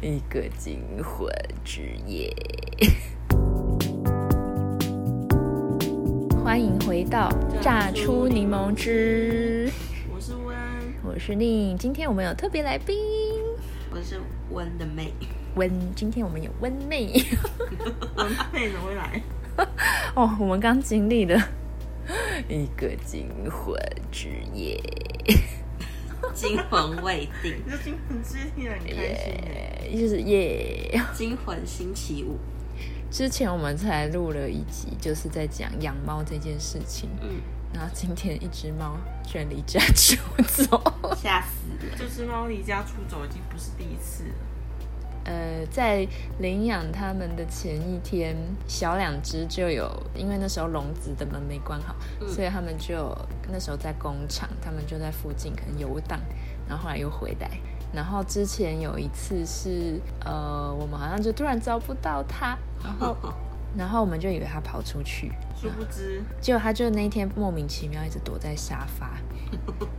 一个惊魂之夜。 欢迎回到《榨出柠檬汁我是温，》，我是宁。今天我们有特别来宾我是温的妹，温，今天我们有温妹 温妹怎么会来？哦。我们刚经历了一个惊魂之夜，惊魂未定，你这惊魂之夜听得很开心耶，耶，就是耶。惊魂星期五。之前我们才录了一集，就是在讲养猫这件事情。嗯，然后今天一只猫居然离家出走。吓死了。这只猫离家出走已经不是第一次了，呃，在领养它们的前一天，小两只就有，因为那时候笼子的门没关好，所以它们就那时候在工厂，它们就在附近可能游荡，然后后来又回来。然后之前有一次是，呃，我们好像就突然招不到它，然后然后我们就以为它跑出去，殊不知结果他就那一天莫名其妙一直躲在沙发，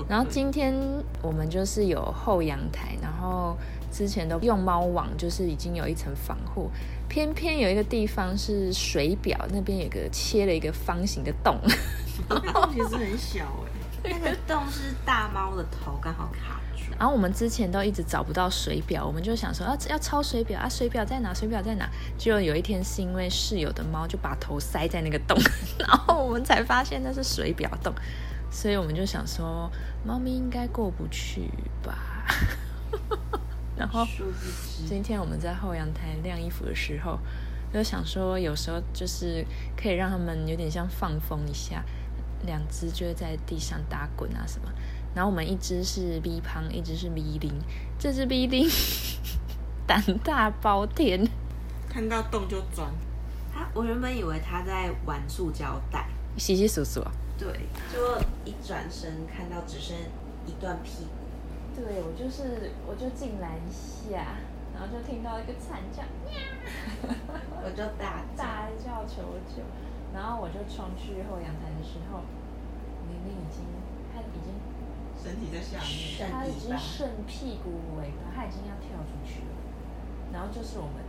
然后今天我们就是有后阳台，然后之前都用猫网，就是已经有一层防护，偏偏有一个地方是水表那边有一个切了一个方形的洞，那洞其实很小哎，那个洞是大猫的头刚好卡住，然后我们之前都一直找不到水表，我们就想说要要抄水表啊，水表在哪？水表在哪？结果有一天是因为室友的猫就把头塞在那个洞， 然后我们才发现那是水表洞，所以我们就想说猫咪应该过不去吧。 然后殊不知今天我们在后阳台晾衣服的时候，就想说有时候就是可以让它们有点像放风一下，两只就会在地上打滚啊什么。然后我们一只是 V 胖，一只是 V 零，这只 V 零胆大包天，看到洞就钻，它，我原本以为它在玩塑胶袋，稀稀疏疏啊。对，就一转身看到只剩一段屁股，对，我就是我就进来一下，然后就听到一个惨叫，我就大大叫求救，然后我就冲去后阳台的时候，明明已经他已经身体在下面，剩它已一经半，剩屁股尾巴，它已经要跳出去了。然后就是我们，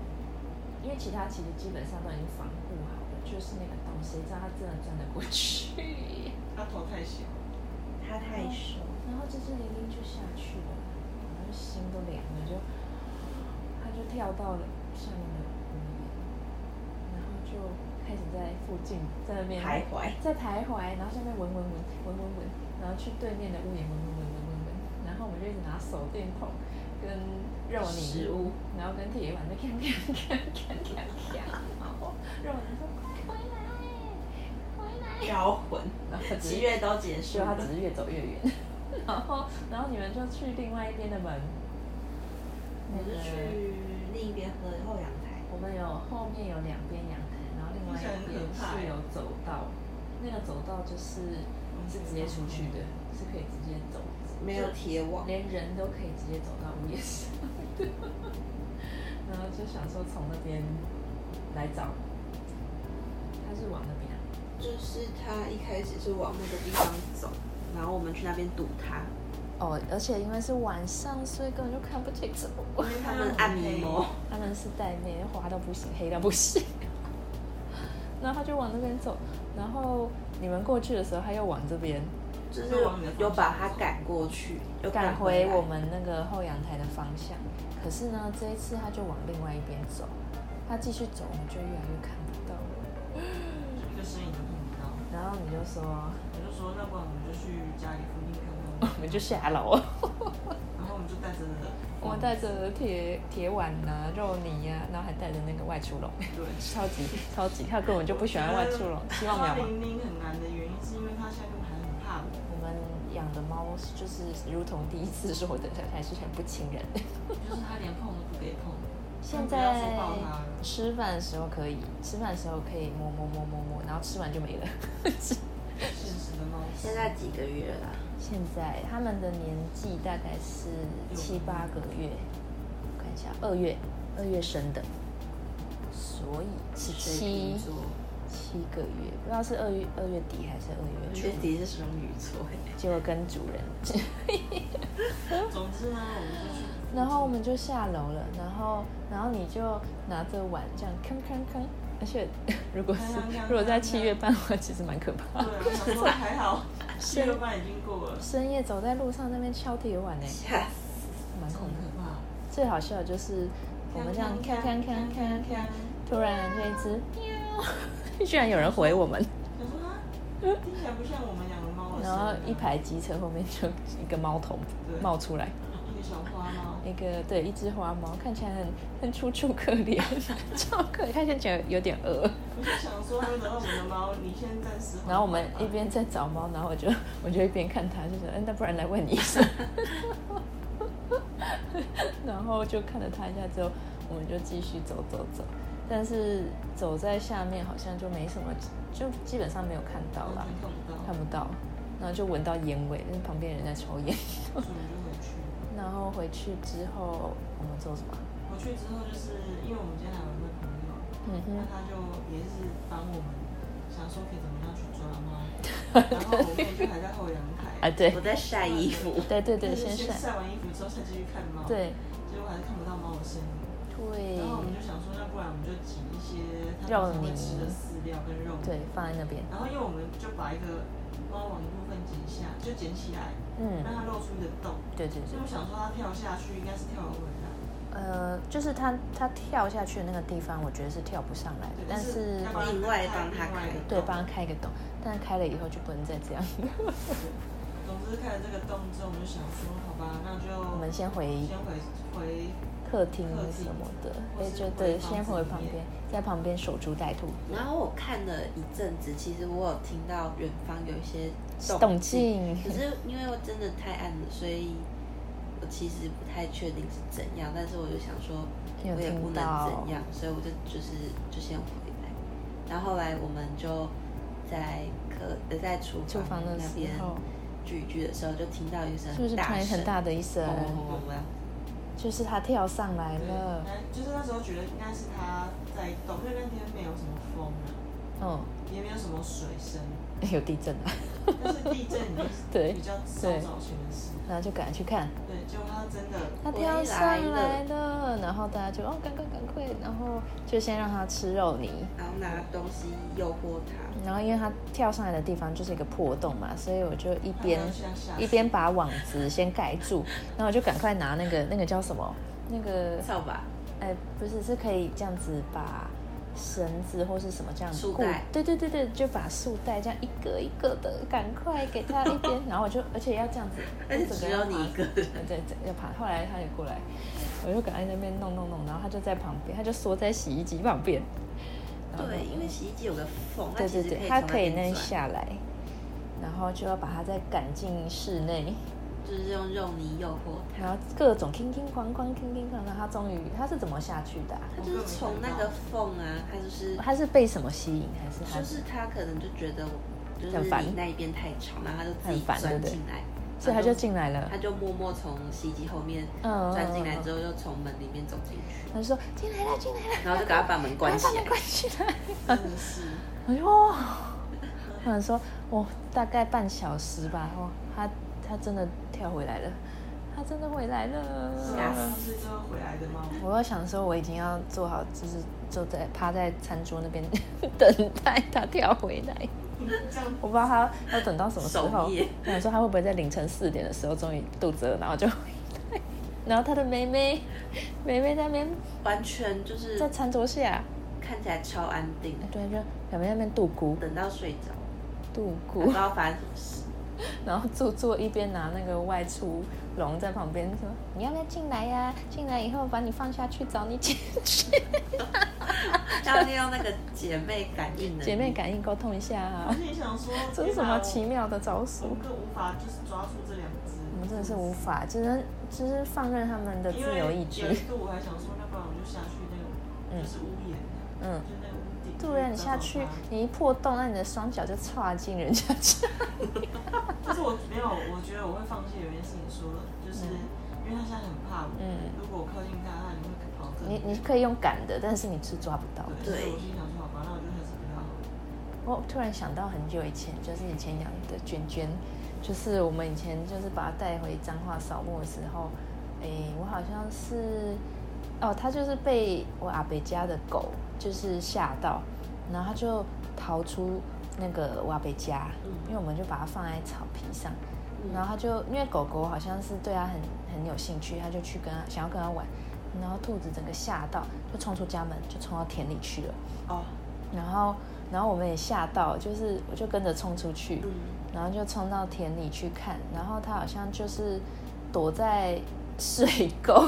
因为其他其实基本上都已经防护好了，就是那个洞，谁知道它真的钻得过去？它头太小，它太 瘦，然后这只玲玲就下去了，我就心都凉了，就它就跳到了上面的湖里面，然后就开始在附近在那边徘徊，在徘徊，然后下面闻闻闻闻闻闻，然后去对面的屋檐闻闻闻闻闻闻，然后我们就一直拿手电筒跟肉泥食物，然后跟铁板在看看看看看看，然后肉泥 说快回来，回来，销魂，然后只七是月都结束就他了只，是越走越远， 然后然后你们就去另外一边的门，我就去另一边喝后阳台，我们有后面有两边阳台，然后另外一边是有走道，那个走道就是是直接出去的，是可以直接走，嗯没有铁网，连人都可以直接走到屋檐上的。 然后就想说从那边来找，他是往那边啊、就是他一开始是往那个地方走，然后我们去那边堵他，哦，而且因为是晚上，所以根本就看不清楚。因为他们按摩，他们是带妹，花到不行，黑到不行。 然后他就往那边走，然后你们过去的时候，他又往这边就是有把他赶过去，有赶回回来我。们那个后阳台的方向。可是呢，这一次他就往另外一边走，他继续走，我们就越来越看不到了。一个身影都看不到，然后你就说，我就说要不然我们就去家里附近看看我，们就下楼，然后我们就带着 我们带着铁铁碗啊、肉泥啊，然后还带着那个外出笼，对。超级超级，他根本就不喜欢外出 笼，希望渺茫。玲玲很难的原因是因为她现在还很怕我，我们养的猫就是如同第一次说的，还是很不亲 人。就是她连碰都不给碰。现不要在说抱它了吃饭的时候可以，吃饭的时候可以摸摸摸摸摸，然后吃完就没 了。现实的猫，现在几个月了？现在他们的年纪大概是七八个月，我看一下，二月二月生的，所以是七座，七个月，不知道是二月二月底还是二月确初，定是双鱼座。结果跟主人总之呢，我们就去然后我们就下楼了，然后然后你就拿着碗这样吭吭吭，而且如果是铿铿铿如果在七月半的话，其实蛮可怕对，的。我想说还好，七月半已经过了，深夜走在路上那边敲铁碗呢，吓死！蛮恐很怖可的。怕。最好笑的就是我们这样看看看看看，突然这一只喵，居然有人回我们，想说啊，听起来不像我们养的猫的声然音后一排机车后面就一个猫头对冒出来，一个小花猫，一个对一只花猫，看起来很很楚楚可怜，超可怜，它看起来有点饿。我就想说，如果等到我们的猫，你先暂时缓缓吧。然后我们一边在找猫，然后我就 我就一边看它，就想，嗯，那不然来问你一下。 然后就看了它一下之后，我们就继续走走走。但是走在下面好像就没什么，就基本上没有看到完啦全，看不到，看不到。然后就闻到烟味，但是旁边人在抽烟。所以我就回去。 然后回去之后，我们做什么？回去之后，就是因为我们今天还有一位朋友，嗯那哼，他就也是帮我们想说可以怎么样去抓 猫，然后我妹就还在后阳啊台，对 我，在晒衣服，对对对，就是先先晒，晒完衣服之后再继续看猫，，对结果还是看不到猫的身影。对然后我们就想说，要不然我们就挤一些它肉平常会泥吃的饲料跟肉泥。对，放在那边。然后因为我们就把一个猫网的部分剪下，就剪起来，嗯，让它露出一个洞。对对所对。以我想说，它跳下去应该是跳得回来，呃，就是它它跳下去的那个地方，我觉得是跳不上来的对，但是要不然另外帮另它外一个开对洞帮它开个洞，但是开了以后就不能再这样。总之看了这个洞之后，我们就想说，好吧，那就我们先回先回回客厅客厅什么的，或哎是就回对，房先子回里旁面边，在旁边守株待兔，然后我看了一阵子，其实我有听到远方有一些动静，静。可是因为我真的太暗了，所以我其实不太确定是怎样。但是我就想说，你有我也不听能到怎样，所以我就就是就先回来。然后后来我们就在客呃在厨厨房的那时边候，聚一聚的时候，就听到一声是不是突大然声哦很大的一声轰，轰轰轰的就是它跳上来对，了，哎就是那时候觉得应该是它在动，因为那天没有什么风啊，嗯，也没有什么水声， 有地震了， 但是地震已经对是比较稍对早前的事。然后就赶快去看，对，结果它真的，它我跳一上来了来了，然后大家就哦赶快赶快，然后就先让它吃肉泥，然后拿东西诱惑他，然后因为它跳上来的地方就是一个破洞嘛，所以我就一它边没有像下一边把网子先盖住，然后我就赶快拿那个那个叫什么那个扫把哎不是是可以这样子把绳子或是什么这样束固带对对对对，就把束带这样一个一个的赶快给它一 边，然后我就而且要这样子，而且我整只个有要你爬一个人，对对，要爬。后来他也过来，我就赶快在那边弄弄弄，然后他就在旁边，他就缩在洗衣机旁边。然后对，因为洗衣机有个缝，它嗯对对其实对，它他可以那样样，下来，然后就要把它再赶进室内，就是用肉泥诱惑它，然后各种哐哐哐哐哐哐哐，然后他终于他是怎么下去的啊、它就是从那个缝啊，它就是他是被什么吸引，还是他？就是它可能就觉得就是很烦你那一边太吵，然后它就自己很烦钻对不对进来，所以他就进来了它。就默默从洗衣机后面嗯钻进来之后，后，又从门里面走进去，他就说进来了，进来了，然后就给它把门关起把来门。关起来。真的是。我就哇，我想说，我大概半小时吧，哦，他他真的跳回来了，他真的回来吓了。死！就回来的猫，我又想说，我已经要做好，就是坐在趴在餐桌那边 等待他跳回来。 这样我不知道他要等到什么时候守夜。我想说他会不会在凌晨四点的时候终于肚子饿，然后就回来。然后他的妹妹，妹妹在那边完全就是在餐桌下，哎看起来超安定，对，就两边在那边度咕等到睡着，度不咕知。道发生什么事。 然后做做一边拿那个外出笼在旁边说：“你要不要进来呀、进来以后把你放下去，找你姐 去，要利用那个姐妹感应能力姐妹感应沟通一下、我啊。心里想说，” 这是什么奇妙的招天哪？我数们？更无法就是抓住这两只，我们真的是无法，只能只是放任他们的自由意因为有志一。度我还想说，要不然我就下去那个，就是屋檐啊，嗯，就那个屋顶。对啊，你下去，你一破洞，那你的双脚就插进人家家。但是我没有，我觉得我会放弃的原因是你说的，就是因为它现在很怕我，嗯，如果我靠近它，它一定会跑更你远。你可以用赶的，但是你是抓不到的。对，所以我心里想说，好吧，那我就还是不要好了。我突然想到很久以前，就是以前养的娟娟，就是我们以前就是把它带回彰化扫墓的时候，诶，我好像是，哦，它就是被我阿北家的狗就是吓到，然后它就逃出那个我阿北家，嗯因为我们就把它放在草皮上，嗯然后它就因为狗狗好像是对它很很有兴趣，它就去跟它想要跟它玩，然后兔子整个吓到，就冲出家门，就冲到田里去了，哦，然后然后我们也吓到，就是我就跟着冲出去，嗯，然后就冲到田里去看，然后它好像就是躲在水 沟，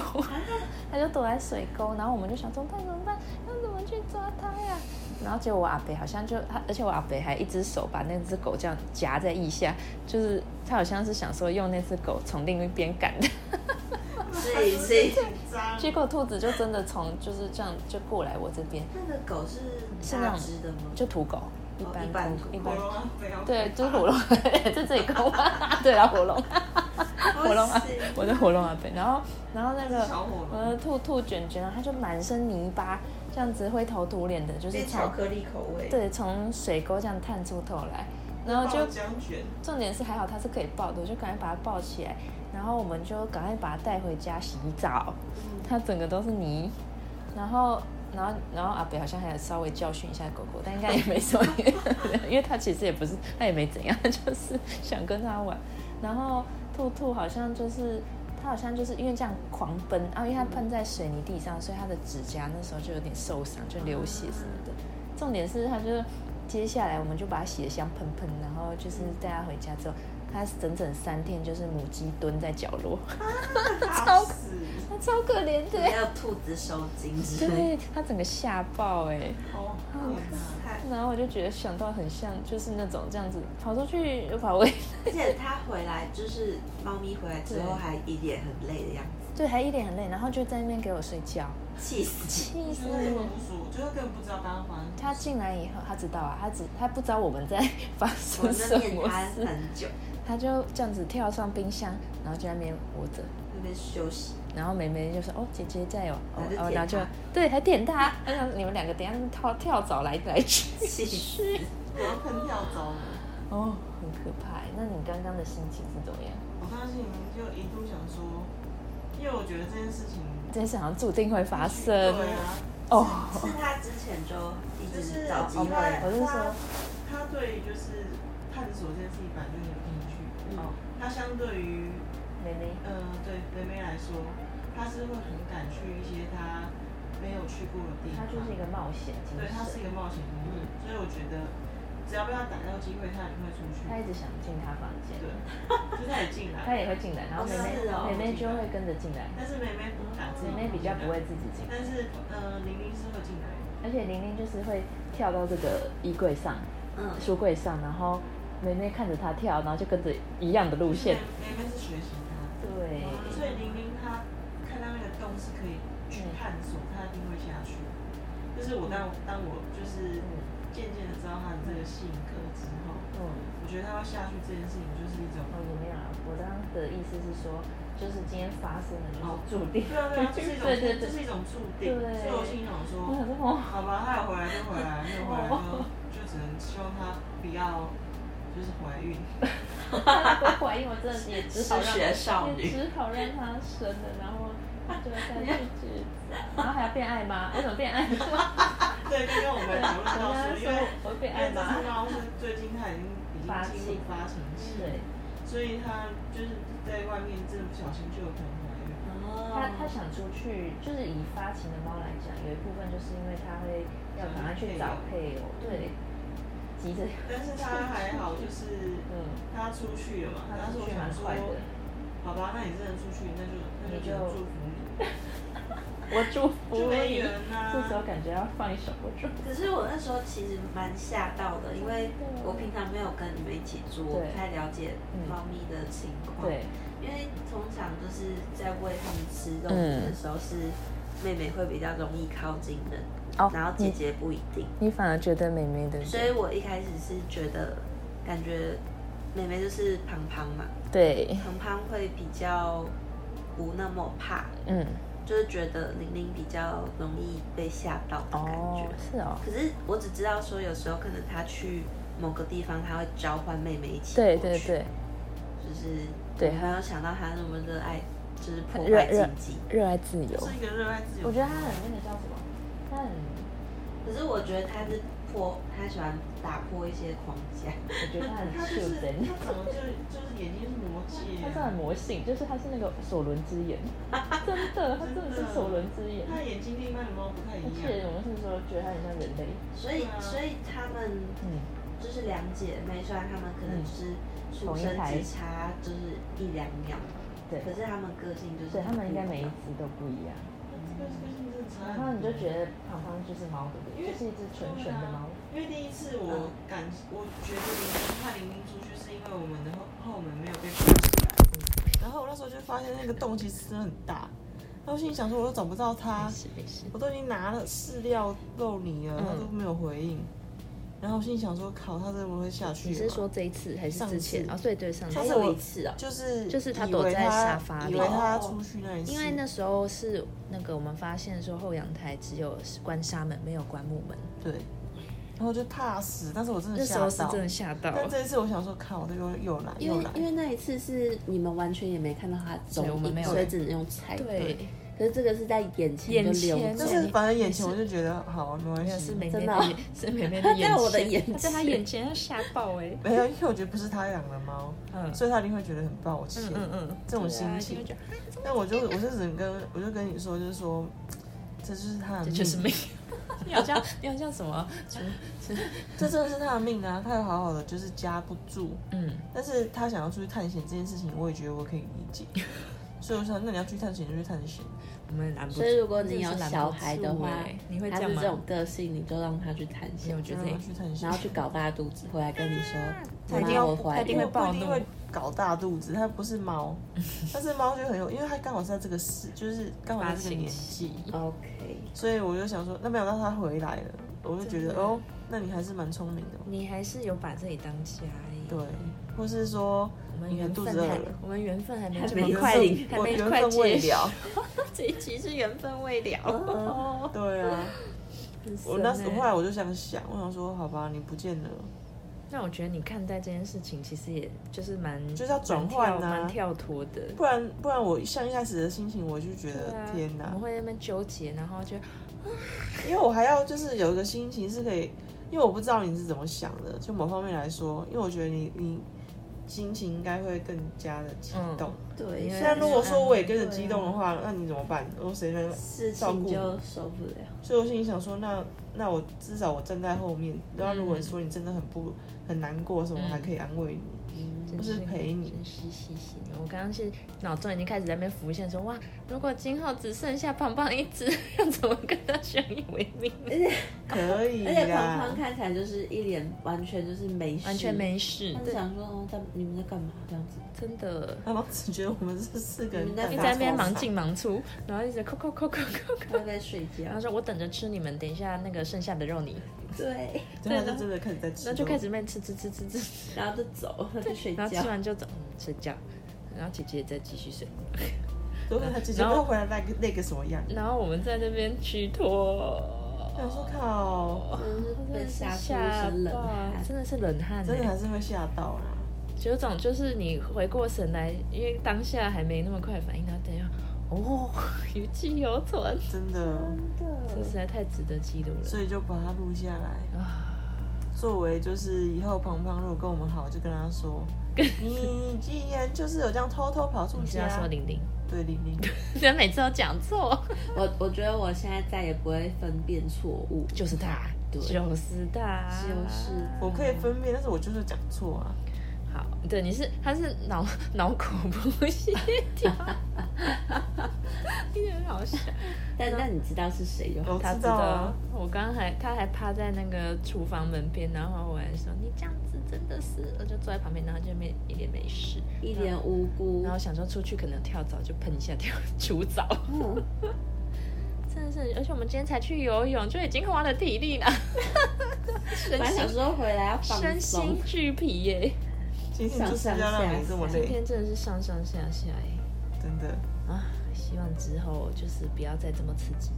它就躲在水沟，然后我们就想怎么办怎么办，要怎么去抓它呀？然后结果我阿北好像就他，而且我阿北还一只手把那只狗这样夹在腋下，就是他好像是想说用那只狗从另一边赶 的，所以所以紧张，结果兔子就真的从就是这样就过来我这边，那个狗是是那大种只的吗？就土狗，一般哦一般土土一火般龙啊，不要对，就是火龙， 在这里跟我， 对啦，火龙。火龙阿不伯是，我的火龙阿伯，然后然后那个小火龙我的兔兔卷卷，它就满身泥巴，这样子灰头土脸的，就是是从巧克力口味。，对从水沟这样探出头来，然后就爆浆卷，重点是还好它是可以抱的，我就赶快把它抱起来，然后我们就赶快把它带回家洗澡，它整个都是泥，然后。然后，然后阿北好像还有稍微教训一下狗狗，但应该也没什么， 因为它其实也不是，它也没怎样，就是想跟它玩。然后兔兔好像就是，它好像就是因为这样狂奔啊，因为它喷在水泥地上，所以它的指甲那时候就有点受伤，就流血什么的。重点是它就接下来我们就把它洗得香喷喷，然后就是带它回家之后，它整整三天就是母鸡蹲在角落，打死，它 超可怜的。还有兔子收金之类的。对它整个吓爆哎、好可怕，它然后我就觉得想到很像，就是那种这样子跑出去又跑回来，而且它回来就是猫咪回来之后对还一脸很累的样子，对，还一脸很累，然后就在那边给我睡觉，气 死！气我死觉得很我！不舒服，就是根本不知道刚刚发生什么事。他进来以后，他知道啊，他只他不知道我们在发我生什那念么它事，很久，他就这样子跳上冰箱，然后就在那边窝着。那边休息。然后妹妹就说：“哦，姐姐加油！”哦然哦，后就舔然后就她对，还点他。我想你们两个等一下跳跳蚤来来去气 去，我要喷跳蚤了。哦，很可怕欸。那你刚刚的心情是怎么样？我刚刚心里就一度想说，因为我觉得这件事情这件事好像注定会发生。对啊，哦，是它之前就嗯一就直是找机因为我会，是哦说他他对于就是探索这件事情本来就很有兴趣，哦，他相对于妹妹，呃对雷梅来说，他是会很敢去一些他没有去过的地她就方，是一个冒险精对他是神，一个冒险精神，所以我觉得只要被他逮到机会，他一定会出去，她一直想进她房间，对，就他也进她来，也会进来，然后哦妹妹是哦妹妹就会跟着进来，但是梅梅不敢自妹己，妹比较不会，自己进，但是呃玲玲是会进来的。而且玲玲就是会跳到这个衣柜上、嗯，书柜上，然后妹妹看着她跳，然后就跟着一样的路线。妹妹是学习他，对，所以玲玲她看到那个洞是可以去探索，她一定会下去。就是我当当我就是渐渐的知道她的这个性格之后，嗯，我觉得她要下去这件事情就是一种哦，也没有啊，我刚刚的意思是说，就是今天发生的就是注定。对啊对啊，这是一种对对这对是一种注定。对所以我心里想我想说，说，哦，好吧，她有回来就回来，没有回来就就只能希望她不要就是怀孕。我 怀孕，我真的也只好失让学少也女，只好让她生了，然后就再去抉择，然后还要变爱吗？我怎么变爱 吗？对，刚刚我们讨论我跟到她说，因说啊为我因变爱为这吗只？猫是最近它已经已经进入发情期，对，所以它就是在外面这不小心就有可能怀孕。他哦，他想出去，就是以发情的猫来讲，有一部分就是因为它会要赶快去找配偶，对，急着，但是它还好，就是嗯，它出去了嘛，它但是出我去想蛮快的说，。好吧，那你真的出去，那就那你就只就能祝福你， 我祝就福没你。缘呐。这时候感觉要放一首我祝福。可是我那时候其实蛮吓到的，因为我平常没有跟你们一起住，哦我对不太了解嗯猫咪的情况。对，因为通常就是在喂它们吃肉的时候，是妹妹会比较容易靠近人，哦嗯然后姐姐不一定。你反而觉得妹妹的，所以我一开始是觉得，感觉妹妹就是胖胖嘛，对，胖胖会比较不那么怕，嗯，就是觉得玲玲比较容易被吓到的感觉。哦，是哦，可是我只知道说，有时候可能她去某个地方，她会交换妹妹一起对过对去对，就是对我没有想到他那么热爱就是破坏经济。热爱自由就。是一个热爱自由。我觉得他很那个叫什么？他很，可是我觉得他是破，他喜欢打破一些框架。 我觉得他很他就 Q 是真，他怎么就就是眼睛是魔戒他是啊、很魔性，就是他是那个索伦之眼，真的，他真的是索伦之眼。他眼睛跟一般的猫不太我一记得样。我们是说觉得他很像人类，所以对啊所以他们嗯，就是两姐妹，虽然她们可能嗯就是出同一生台只差就是一两秒，对可是她们个性就是对他们应该不每一一样只都不一样。这个这个性真的差然很多后你就觉得胖胖就是猫，对不因对？就为是一只纯纯的猫。因为第一次我感，我觉得林冰怕林冰出去，是因为我们的后后门没有被关起来。嗯然后我那时候就发现那个洞其实真的很大，然后我心里想说，我都找不到它没，事没事，我都已经拿了饲料肉泥了，嗯它都没有回应。然后我心里想说，靠，它真的会下去你吗？是说这一次还是之前？上哦，对对，上次啊上还次有我一次哦，就是就是它以躲为在它沙发里以为它出去那一次，因为那时候是那个我们发现说后阳台只有关纱门，没有关木门，对，然后我就怕死，但是我真那的时吓候是到真。的吓到但了。这一次我想说，靠，这个又来因又为来，因为那一次是你们完全也没看到她踪对我们没影，有所以只能用猜。，对，可是这个是在眼前就眼流前走但对是你反正眼你前是我就觉得好没关没有系，是美真美的的哦眼， 是美美的它眼前，在我的眼 它在她前眼前她吓爆哎。没有，因为我觉得不是他养的猫，嗯所以他一定会觉得很抱歉，嗯嗯嗯，这种心对啊情就。会觉得但我就我就只能跟我就跟你说，就是说，这就是他的这命，就是命。 你好像你好像什么？这真的是他的命啊！他有好好的就是家不住，嗯，但是他想要出去探险这件事情，我也觉得我可以理 解。所以我想，那你要去探险就去探险，我们拦不住。所以如果你真的有是拦不小孩的住话欸你会她这是样吗这？种个性，嗯你就让她去探没有险我，觉得让他去探险然 后。去搞大肚子，回来跟你说，他一定妈，要我他怀哦一一定定孕会会了。暴不一定怒会搞大肚子，它不 是猫，但是猫就很有，因为它刚好是在这个时，就是刚好在这个年纪， OK，所以我就想说，那没有让它回来了，我就觉真得的哦，那你还是蛮聪明的嘛，你还是有把这里当家耶。对，或是说我们你的缘肚分子饿还了，我们缘分还没还这没么快领还我没缘快分未结了， 这一集是缘分未了。 对啊，很我神那时欸后来我就想想，我想说，好吧，你不见了，那我觉得你看待这件事情，其实也就是蛮就是要转换啊蛮跳蛮跳脱的。不然不然我像一开始的心情，我就觉对啊得天我哪们，会在那边纠结，然后就因为我还要就是有一个心情是可以，因为我不知道你是怎么想的，就某方面来说，因为我觉得你你心情应该会更加的激动。对，因为虽然如果说我也跟着对啊激动的话，那你怎么办？我谁能？啊事情就受不了。所以我心里想说，那那我至少我站在后面，然后如果说你真的很不很难过什么，嗯还可以安慰你。真不是陪你真是谢谢你。我刚刚是脑中已经开始在那边浮现说，哇，如果今后只剩下胖胖一只， 要怎么跟他相依为 命？可以而且胖啦胖，看起来就是一脸完全就是没事，完全。没事他，就想说，哦，在你们在干嘛这样子？真的。他们只觉得我们是四个人你们在一直干嘛在那边忙进忙出，然后一直扣扣扣扣扣扣。他在睡觉然。后说：“我等着吃你们，等一下那个剩下的肉泥。对，对，他就真的开始在”吃肉，然后就开始在那边吃吃吃吃吃，然后就走，他就睡然后吃觉。完就走，嗯，睡觉。然后姐姐再继续睡，如果他姐姐然不后知道回来那个那个什么样，然后我们在那边虚脱，想说靠，真的是被真吓的是出一身冷吓汗爆，真的是冷汗欸，真的还是会吓到啦。有种就是你回过神来，因为当下还没那么快反应，然后等一下，哦， 余悸犹存，真的，这实在太值得记录所了以就把它录下来，啊！作为就是以后庞庞如果跟我们好，就跟他说，你既然就是有这样偷偷跑出你是家要，说玲玲， 对玲玲，虽然每次都讲错，我我觉得我现在再也不会分辨错误，就是他，对就是他，就是我可以分辨，但是我就是讲错啊，好，对，你是他是脑脑口不 协调， 你很好笑。但但你知道是谁就好。我他知知道道啊啊，，我刚刚还他还趴在那个厨房门边，然后我还说你这样子真的是，我就坐在旁边，然后就没一脸没事，一脸无辜然，后想说出去可能跳蚤就喷一下跳除蚤，嗯， 真的是，而且我们今天才去游泳，就已经花了体力了， 本身来想心说回来要放身松心，俱疲耶，今天就是要让你这么今累，天真的是上上下下耶。真的，啊，希望之后就是不要再这么刺激。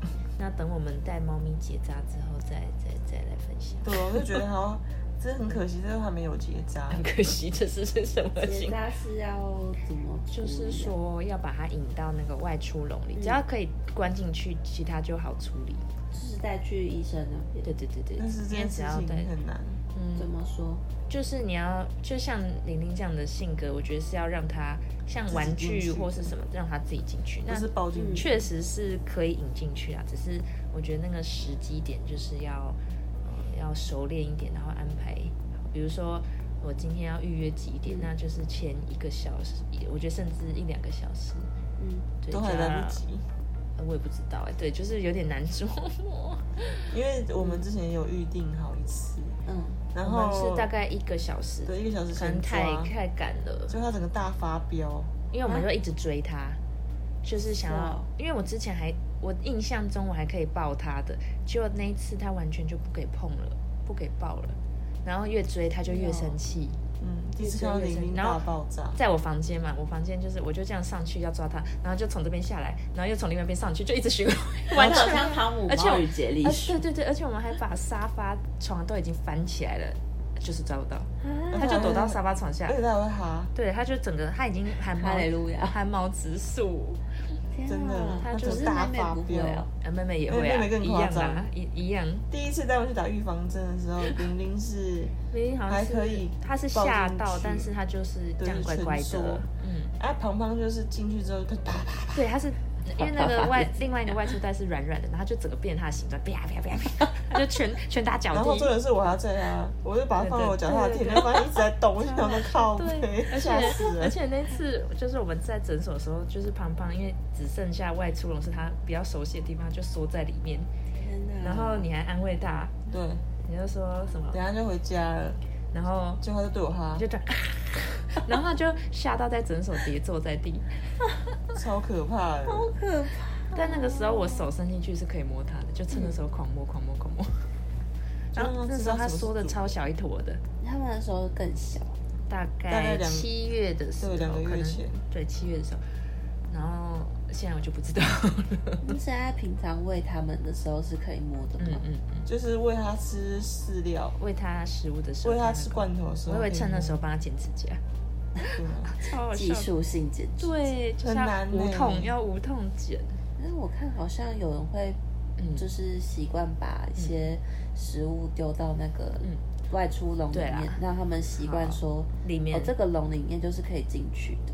那等我们带猫咪结扎之后再，再再来分享。对，我就觉得好这很可惜，这都还没有结扎。很可惜，这是是什么结情况？扎是要怎么？就是，说要把它引到那个外出笼里，嗯只要可以关进去，其他就好处理。就是带去医生那边。对对对对，但是今这天件只事要情对，很难。嗯怎，么说？就是你要就像玲玲这样的性格，我觉得是要让她像玩自己具进去或是什么，让她自己进去。不那是包进去，确实是可以引进去啊，只是我觉得那个时机点就是要，呃，要熟练一点，然后安排好。比如说我今天要预约几点，嗯那就是前一个小时，我觉得甚至一两个小时，嗯，对，都还就要来不及。呃我也不知道哎、对，就是有点难捉摸。因为我们之前有预定好一次，嗯， 然我们后是大概一个小时，对一个小时可能前太抓，太赶了，就他整个大发飙，因为我们就一直追他，就是想是要哦，因为我之前还我印象中我还可以抱他的，结果那一次他完全就不给碰了，不给抱了，然后越追他就越生气，哦嗯，第一次看到玲玲大爆炸，在我房间嘛，我房间就是我就这样上去要抓他，然后就从这边下来，然后又从另外一边上去，就一直循 环，完全好像汤姆而且我猫与杰利啊鼠对对对，而且我们还把沙发床都已经翻起来了，就是抓不到，嗯啊他就躲到沙发床下而，且他还会哈，对，他就整个他已经汗毛哎哈利路亚汗毛直竖。天真的啊，他就可是是大妹妹发不会飙哦。啊，妹妹也会啊，妹妹更一夸样张啦，一一样。第一次带我去打预防针 的时候，玲玲是明明好像还是可以她是抱吓进到，去但是她就是这对样就乖蜷乖缩的。 嗯，啊，庞庞就是进去之后就啪啪啪，对， 她是因为那个外另外一个外出袋是软软的，然后她就整个变她的形状，啪啪啪啪， 她就拳拳打脚然后踢重。点是我还要这样，我就把它放在我脚下对对垫，对然后发现一直在动，我就想 说靠对背，，而且吓死而人。且那次就是我们在诊所的时候，就是胖胖，因为只剩下外出笼是她比较熟悉的地方，就缩在里面。嗯天哪！然后你还安慰她，对，你就说什么等，一下就回家了，然后结果他就对我哈就，这样， 然后就吓到在诊所跌坐在地。超可怕的。好可怕。但那个时候我手伸进去是可以摸它的，就趁那时候狂摸狂摸狂摸。然后那哦时候它缩的超小一坨的，他们那时候更小，大大概概两七月的时候，对两个月可能前对七月的时候，然后现在我就不知道了。那现在平常喂他们的时候是可以摸的 嗯吗？嗯嗯，就是喂它吃饲料，喂它食物的时候，喂它吃罐头的时我候，以为趁那时候，候帮它剪指甲，对啊超好技笑。术性剪辑。嗯对，就是很要难无欸痛，要无痛剪。但是我看好像有人会嗯，就是习惯把一些食物丢到那个嗯外出笼里对啦面，让他们习惯说，里面哦，这个笼里面就是可以进去的。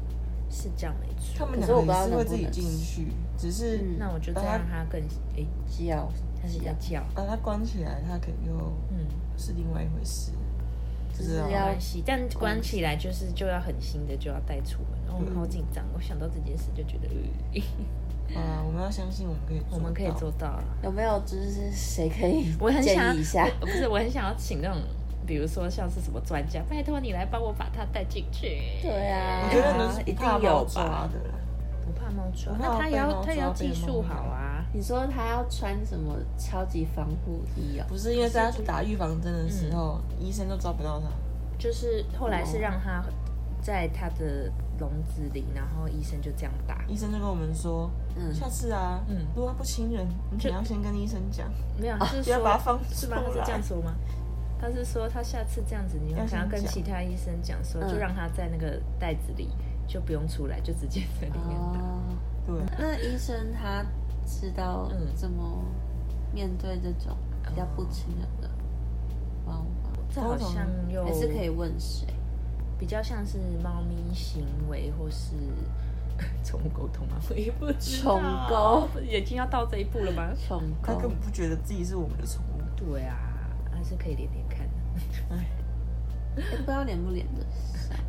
是这样没错。他们可是我两个也是不知道能会不自己能进去，只是嗯那我就再把它让它更诶，叫，它是在叫，叫，把它啊关起来，它可能又嗯。是另外一回事，不就是知道没要关系，但关起来就是就要狠心的就要带出门，然后我好紧张，我想到这件事就觉得，呃啊，我们要相信我们可以做到，我们可以做到啊。有没有就是谁可以 我很想呃建议一下？不是我很想要请那种，比如说像是什么专家，拜托你来帮我把它带进去。对啊我觉得啊你一是定怕有猫抓吧的啦，我怕猫抓我，怕那它也被要猫它也抓要被技术猫好啊。你说他要穿什么超级防护衣哦？不是因为大家去打预防针的时候，嗯医生都抓不到它，就是后来是哦让它在它的笼子里，然后医生就这样打，医生就跟我们说，嗯，下次啊，嗯如果它不亲人，你可能要先跟医生讲，没有，就是不要说把它放是出吗？他是这样来。说吗？他是说他下次这样子，你们想要跟其他医生讲说，嗯就让他在那个袋子里，就不用出来，就直接在里面打。哦，对，那医生他知道嗯怎么面对这种比较不亲人的猫吗？哦这好像又还是可以问谁？比较像是猫咪行为或是 宠物沟通吗？我也不知道宠沟已经要到这一步了吗？宠它根狗本不觉得自己是我们的宠物。对啊，还是可以连连看的。 哎不知道连不连的，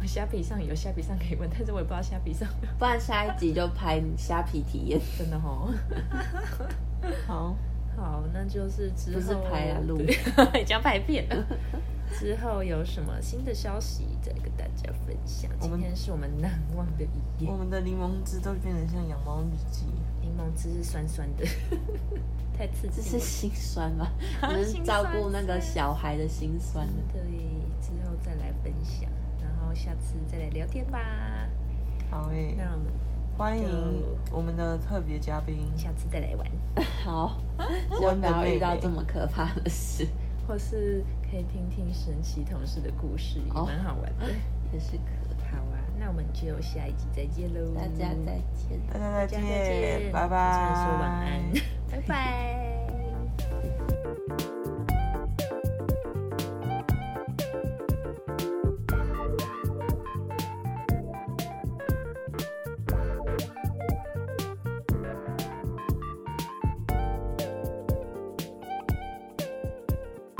我虾皮上有虾皮上可以问，但是我也不知道虾皮上不然下一集就拍你虾皮体验，真的哦。好，好，那就是之后不是拍啊录对 已经要拍片 了。之后有什么新的消息再跟大家分享？我今们天是我们难忘的一夜我，们的柠檬汁都变得像养猫日记，柠檬汁是酸酸的，太刺这激是了。心啊酸吗？ 你是照顾那个小孩的心酸呢？对，之后再来分享，然后下次再来聊天吧。好嗯诶、那我们欢迎我们的特别嘉宾，下次再来玩。 好，希望不要遇到这么可怕的事。或是可以听听神奇同事的故事，也哦蛮好玩的。 也是可以。好啊，那我们就下一集再见喽，大家再见。大大家再家再见，见，拜拜。我常说晚安，拜拜。干嘛？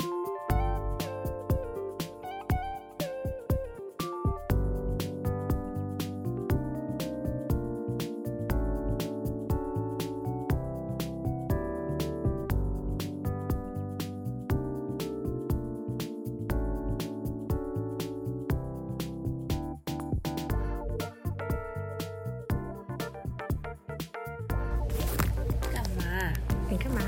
你干嘛？